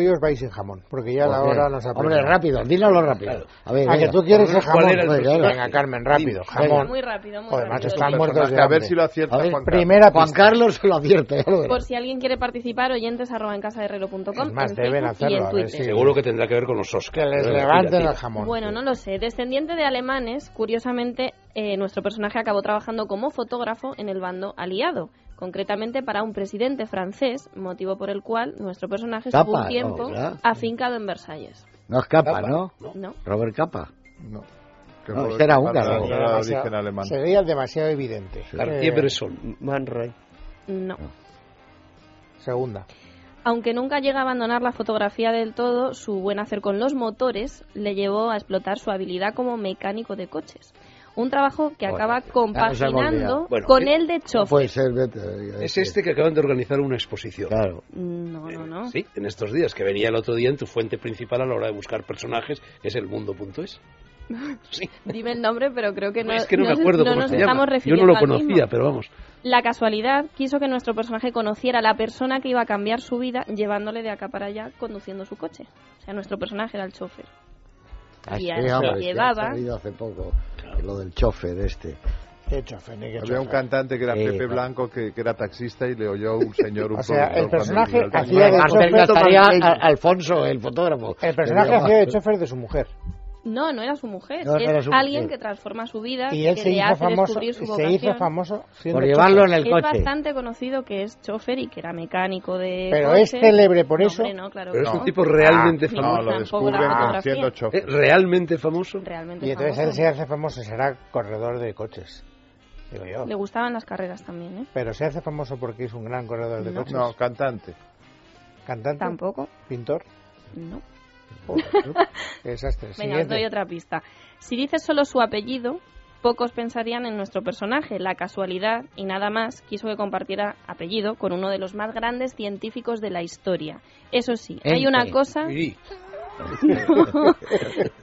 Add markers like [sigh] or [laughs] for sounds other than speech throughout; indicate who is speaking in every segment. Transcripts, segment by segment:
Speaker 1: y os vais sin jamón, porque ya la
Speaker 2: Hombre,
Speaker 1: hora nos apremia.
Speaker 2: Hombre, rápido, dínoslo rápido.
Speaker 3: Claro.
Speaker 2: A ver,
Speaker 1: Ah, que
Speaker 2: venga.
Speaker 1: tú quieres el
Speaker 3: Vamos, ¿cuál
Speaker 1: jamón.
Speaker 3: era el
Speaker 1: Venga,
Speaker 3: personaje?
Speaker 1: venga, Carmen, rápido,
Speaker 3: Dime.
Speaker 1: jamón.
Speaker 4: Muy rápido, muy
Speaker 1: Joder,
Speaker 4: rápido.
Speaker 1: macho, están
Speaker 4: Por-
Speaker 1: muertos de
Speaker 5: A ver
Speaker 1: hambre.
Speaker 5: si lo acierta
Speaker 2: A ver,
Speaker 5: Juan Carlos.
Speaker 1: Primera
Speaker 2: Juan
Speaker 1: pista.
Speaker 2: Carlos se lo advierte, ya lo verás.
Speaker 4: Por si alguien quiere participar, oyentes arroba en casa de reloj.com.
Speaker 1: Es más,
Speaker 4: en
Speaker 1: deben
Speaker 4: Facebook
Speaker 1: hacerlo,
Speaker 4: y en
Speaker 1: a ver
Speaker 4: Twitter.
Speaker 1: si-
Speaker 3: Seguro que tendrá que ver con los Oscars.
Speaker 1: Que les
Speaker 3: Tira,
Speaker 1: levanten
Speaker 3: tira.
Speaker 1: el jamón.
Speaker 4: Bueno, no lo sé. Descendiente de alemanes, curiosamente, eh, nuestro personaje acabó trabajando como fotógrafo en el bando aliado, concretamente para un presidente francés, motivo por el cual nuestro personaje estuvo
Speaker 2: Capa,
Speaker 4: un tiempo
Speaker 2: no, ¿verdad?
Speaker 4: afincado en Versalles.
Speaker 2: No es Capa,
Speaker 3: Capa,
Speaker 2: ¿no?
Speaker 4: ¿No?
Speaker 2: Robert Capa.
Speaker 5: No. Que
Speaker 2: No,
Speaker 5: por-
Speaker 2: este era
Speaker 5: que
Speaker 2: húngaro.
Speaker 5: falta-
Speaker 1: Sería
Speaker 5: era de
Speaker 1: demasiado-
Speaker 5: origen alemán.
Speaker 1: Sería demasiado evidente.
Speaker 3: Cartier
Speaker 1: Eh,
Speaker 3: Bresson.
Speaker 6: Man Ray.
Speaker 4: No.
Speaker 1: segunda.
Speaker 4: Aunque nunca llega a abandonar la fotografía del todo, su buen hacer con los motores le llevó a explotar su habilidad como mecánico de coches. Un trabajo que
Speaker 2: Bueno,
Speaker 4: acaba
Speaker 2: ya nos hemos
Speaker 4: compaginando
Speaker 2: liado.
Speaker 3: Bueno,
Speaker 4: con
Speaker 3: ¿eh?
Speaker 4: el de
Speaker 2: No
Speaker 4: chofer.
Speaker 2: puede ser, vete.
Speaker 3: Es este que acaban de organizar una exposición.
Speaker 2: Claro.
Speaker 4: No, no, no.
Speaker 3: Sí, en estos días, que venía el otro día en tu fuente principal a la hora de buscar personajes, que es el mundo.es. [laughs] Sí.
Speaker 4: Dime el nombre, pero creo que no,
Speaker 3: es que no,
Speaker 4: no
Speaker 3: me
Speaker 4: se-
Speaker 3: acuerdo
Speaker 4: no
Speaker 3: cómo
Speaker 4: nos
Speaker 3: se
Speaker 4: estamos
Speaker 3: llama. Yo
Speaker 4: refiriendo
Speaker 3: no lo
Speaker 4: al
Speaker 3: conocía,
Speaker 4: mismo.
Speaker 3: pero vamos.
Speaker 4: La casualidad quiso que nuestro personaje conociera a la persona que iba a cambiar su vida llevándole de acá para allá conduciendo su coche. O sea, nuestro personaje era el chofer.
Speaker 2: Así,
Speaker 4: Y a-
Speaker 2: Este hombre, que ha
Speaker 4: llevaba-
Speaker 2: salido hace poco lo del chofer este.
Speaker 1: Qué chofer, ni qué
Speaker 5: Había un
Speaker 1: chofer.
Speaker 5: cantante que era
Speaker 2: Sí,
Speaker 5: Pepe
Speaker 2: claro.
Speaker 5: Blanco que, que era taxista y le oyó un señor un
Speaker 1: O sea, el
Speaker 5: productor cuando
Speaker 1: personaje
Speaker 5: vivía al-
Speaker 1: hacía Eh, de
Speaker 2: Más
Speaker 1: chofer
Speaker 2: cerca estaría
Speaker 1: totalmente.
Speaker 2: Al- Alfonso, el fotógrafo.
Speaker 1: El personaje
Speaker 2: Pero-
Speaker 1: hacía de chofer de su mujer.
Speaker 4: No, no era su mujer.
Speaker 2: No, no
Speaker 4: es
Speaker 2: era su
Speaker 4: alguien
Speaker 2: mujer.
Speaker 4: que transforma su vida,
Speaker 1: Y él
Speaker 4: Ah, que
Speaker 1: se
Speaker 4: le
Speaker 1: hizo
Speaker 4: hace
Speaker 1: famoso.
Speaker 4: descubrir su
Speaker 1: Se
Speaker 4: vocación.
Speaker 1: hizo famoso siendo
Speaker 2: Por llevarlo en
Speaker 1: chofer.
Speaker 2: el
Speaker 4: es
Speaker 2: coche.
Speaker 4: bastante conocido que es chofer y que era mecánico de
Speaker 1: Pero
Speaker 4: coche.
Speaker 1: es célebre por
Speaker 4: No,
Speaker 1: eso.
Speaker 4: hombre, no, claro
Speaker 3: Pero
Speaker 4: que
Speaker 3: es
Speaker 4: no.
Speaker 3: un tipo realmente
Speaker 4: Ah,
Speaker 3: famoso.
Speaker 5: No, lo
Speaker 4: Tampoco la
Speaker 5: descubren con
Speaker 4: fotografía.
Speaker 5: siendo chofer.
Speaker 3: ¿Eh? ¿Realmente famoso?
Speaker 4: Realmente
Speaker 1: Y entonces
Speaker 4: famoso.
Speaker 1: él se hace famoso, será corredor de coches. Digo yo.
Speaker 4: Le gustaban las carreras también, ¿eh?
Speaker 1: Pero se hace famoso porque es un gran corredor de
Speaker 4: No.
Speaker 1: coches.
Speaker 5: No, cantante.
Speaker 1: Cantante,
Speaker 4: Tampoco, [laughs]
Speaker 1: pintor.
Speaker 4: no.
Speaker 1: Joder, tú. Qué desastre.
Speaker 4: Venga, os
Speaker 1: Siguiente.
Speaker 4: doy otra pista. Si dices solo su apellido, pocos pensarían en nuestro personaje. La casualidad y nada más quiso que compartiera apellido con uno de los más grandes científicos de la historia. Eso sí, hay
Speaker 2: Einstein.
Speaker 4: una cosa,
Speaker 3: Sí.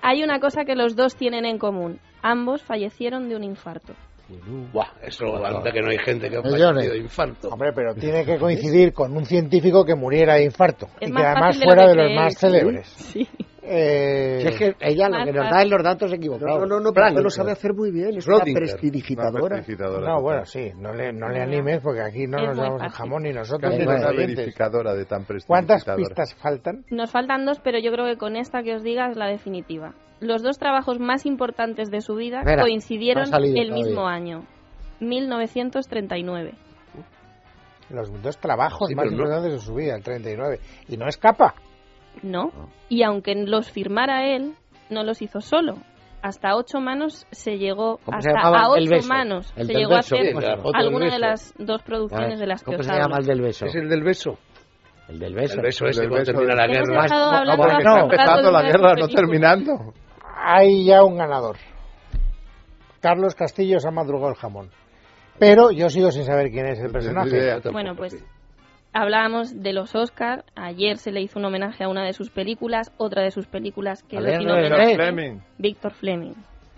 Speaker 4: hay una cosa que los dos tienen en común. Ambos fallecieron de un infarto.
Speaker 3: Buah, eso levanta que no hay gente que ha
Speaker 2: No llores.
Speaker 3: fallecido de infarto.
Speaker 1: Hombre, pero tiene que coincidir con un científico que muriera de infarto.
Speaker 4: Es
Speaker 1: y
Speaker 4: más
Speaker 1: que además
Speaker 4: fácil de lo
Speaker 1: fuera
Speaker 4: que
Speaker 1: de los
Speaker 4: creéis.
Speaker 1: más célebres.
Speaker 4: Sí.
Speaker 1: Eh,
Speaker 2: Si es que ella lo que nos da es los datos
Speaker 6: No,
Speaker 2: equivocados.
Speaker 6: no, no,
Speaker 3: Frank.
Speaker 6: pero lo sabe hacer muy bien. Es una
Speaker 3: Schrödinger.
Speaker 5: Una
Speaker 6: prestidigitadora.
Speaker 5: prestidigitadora.
Speaker 1: No, bueno, sí, no le, no le animes porque aquí no
Speaker 4: Es
Speaker 1: nos
Speaker 4: muy
Speaker 1: damos el
Speaker 4: fácil.
Speaker 1: jamón ni nosotros
Speaker 5: Casi
Speaker 1: ni
Speaker 2: Bueno,
Speaker 1: los
Speaker 5: una
Speaker 1: oyentes.
Speaker 5: verificadora de tan
Speaker 1: ¿Cuántas
Speaker 5: prestidigitadora.
Speaker 1: pistas faltan?
Speaker 4: Nos faltan dos, pero yo creo que con esta que os diga es la definitiva. Los dos trabajos más importantes de su vida
Speaker 2: Espera,
Speaker 4: coincidieron
Speaker 2: no ha salido
Speaker 4: el mismo
Speaker 2: todavía.
Speaker 4: año, 1939.
Speaker 1: Los dos trabajos
Speaker 3: Sí,
Speaker 1: más
Speaker 3: pero no-
Speaker 1: importantes de su vida, el 39. Y no escapa.
Speaker 4: No.
Speaker 2: Ah.
Speaker 4: Y aunque los firmara él, no los hizo solo. Hasta ocho manos se llegó,
Speaker 2: ¿Cómo se
Speaker 4: hasta
Speaker 2: llamaba?
Speaker 4: a
Speaker 2: El
Speaker 4: ocho
Speaker 2: beso.
Speaker 4: manos
Speaker 2: El
Speaker 4: se
Speaker 2: del
Speaker 4: llegó a
Speaker 2: beso.
Speaker 4: hacer
Speaker 3: Sí, la foto del
Speaker 4: alguna de
Speaker 3: beso.
Speaker 4: las dos producciones de las que
Speaker 2: ¿Cómo
Speaker 4: os
Speaker 2: se llama
Speaker 4: hablo.
Speaker 2: el del beso?
Speaker 3: ¿Es el del beso?
Speaker 2: El del beso.
Speaker 3: El beso ese,
Speaker 5: El
Speaker 3: cuando
Speaker 5: beso
Speaker 3: termina la
Speaker 4: Hemos
Speaker 3: guerra.
Speaker 4: dejado
Speaker 2: Más-
Speaker 4: hablando
Speaker 2: vamos,
Speaker 4: hace
Speaker 5: Porque
Speaker 2: no.
Speaker 5: está
Speaker 4: un rato de
Speaker 5: empezando la
Speaker 4: una
Speaker 5: guerra, no
Speaker 4: película.
Speaker 5: terminando.
Speaker 1: Hay ya un ganador. Carlos Castillo se ha madrugado el jamón. Pero yo sigo sin saber quién es el
Speaker 5: Sí,
Speaker 1: personaje.
Speaker 5: sí, sí.
Speaker 3: Yo tampoco,
Speaker 4: Bueno, pues
Speaker 3: sí.
Speaker 4: hablábamos de los Oscar. Ayer se le hizo un homenaje a una de sus películas, otra de sus películas que
Speaker 2: A
Speaker 4: le
Speaker 2: ver,
Speaker 4: tiene
Speaker 2: no,
Speaker 4: homenaje,
Speaker 2: no,
Speaker 5: Fleming.
Speaker 4: Víctor Fleming.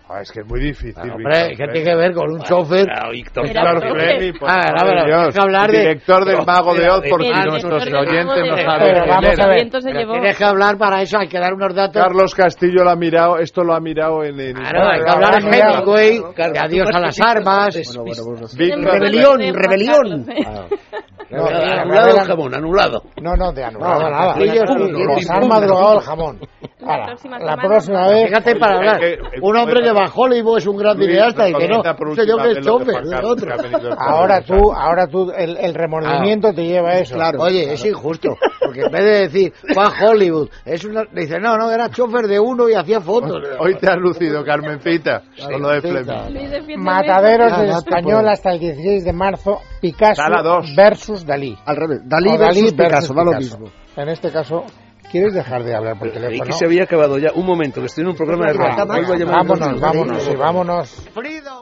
Speaker 5: Ah, es que es muy difícil.
Speaker 2: Ah,
Speaker 5: Víctor
Speaker 2: hombre, ¿qué
Speaker 5: Fleming.
Speaker 2: tiene que ver con un chofer?
Speaker 3: Ah, Víctor,
Speaker 4: Era
Speaker 3: claro,
Speaker 4: profe.
Speaker 3: Fleming.
Speaker 5: Fleming, por
Speaker 2: Ah,
Speaker 5: favor
Speaker 2: a ver,
Speaker 5: de Dios.
Speaker 2: hay que hablar de-
Speaker 5: Director del
Speaker 3: No,
Speaker 5: Mago de
Speaker 3: era
Speaker 5: Oz,
Speaker 3: de-
Speaker 5: porque
Speaker 4: El director
Speaker 5: nuestros
Speaker 4: del Mago
Speaker 5: oyentes
Speaker 4: de
Speaker 5: no
Speaker 4: Oz.
Speaker 5: saben
Speaker 1: Pero
Speaker 5: quién
Speaker 1: vamos a
Speaker 5: era.
Speaker 1: ver.
Speaker 4: Y entonces
Speaker 2: Pero
Speaker 4: llevó
Speaker 2: Tienes que hablar para eso, hay que dar unos datos.
Speaker 5: Carlos Castillo lo ha mirado, esto lo ha mirado en el...
Speaker 2: Claro, hay que hablar de
Speaker 1: Mira,
Speaker 2: Hemingway,
Speaker 3: Carlos,
Speaker 2: de adiós
Speaker 3: tú
Speaker 2: a las
Speaker 3: participas
Speaker 2: armas.
Speaker 3: de-
Speaker 6: Bueno, bueno, bueno.
Speaker 5: Víctor
Speaker 6: Rebelión,
Speaker 4: Juan
Speaker 6: rebelión.
Speaker 4: Carlos, ¿eh?
Speaker 1: No, de
Speaker 3: Anulado el
Speaker 1: anular-
Speaker 3: jamón, anulado.
Speaker 1: no, no, de anulado
Speaker 2: No,
Speaker 1: nada.
Speaker 2: Castillo es un-
Speaker 1: Nos
Speaker 2: un-
Speaker 1: han madrugado el jamón.
Speaker 4: La
Speaker 1: Ahora, la
Speaker 4: próxima semana-
Speaker 1: próxima vez
Speaker 2: Fíjate para hablar.
Speaker 5: Hay que-
Speaker 2: Un hombre que bajó Hollywood es un gran
Speaker 5: Luis,
Speaker 2: cineasta y que no.
Speaker 5: comenta por
Speaker 2: Sé yo
Speaker 5: última
Speaker 2: que
Speaker 5: vez
Speaker 2: es
Speaker 5: lo de
Speaker 2: chofer,
Speaker 5: Juan
Speaker 2: es
Speaker 5: Carlos,
Speaker 2: otro.
Speaker 5: que ha
Speaker 2: [laughs]
Speaker 5: venido esta
Speaker 1: Ahora
Speaker 5: vez, o
Speaker 1: tú,
Speaker 5: sea,
Speaker 1: ahora tú, el, el remordimiento te lleva a eso.
Speaker 2: Claro. Oye, es injusto, porque en vez de decir, va a Hollywood, es una... dice, no, no, era chofer de uno y hacía fotos.
Speaker 5: Hoy te has lucido, Carmencita, con lo de Fleming.
Speaker 4: Luis, defiéndeme.
Speaker 1: Mataderos
Speaker 2: Ya,
Speaker 1: del
Speaker 2: no te
Speaker 1: español
Speaker 2: puedo.
Speaker 1: hasta el 16 de marzo, Picasso
Speaker 5: Sala dos.
Speaker 1: versus Dalí.
Speaker 6: Al revés. Dalí
Speaker 1: O
Speaker 6: versus
Speaker 1: versus
Speaker 6: Picasso, da lo
Speaker 1: Picasso.
Speaker 6: mismo.
Speaker 1: En este caso, ¿quieres dejar de hablar por
Speaker 3: Creí
Speaker 1: teléfono?
Speaker 3: que se había acabado ya. Un momento, que estoy en un programa de
Speaker 1: Ah,
Speaker 3: radio. Vuelvo a llamar.
Speaker 1: vámonos, vámonos, sí, vámonos.
Speaker 2: Frido.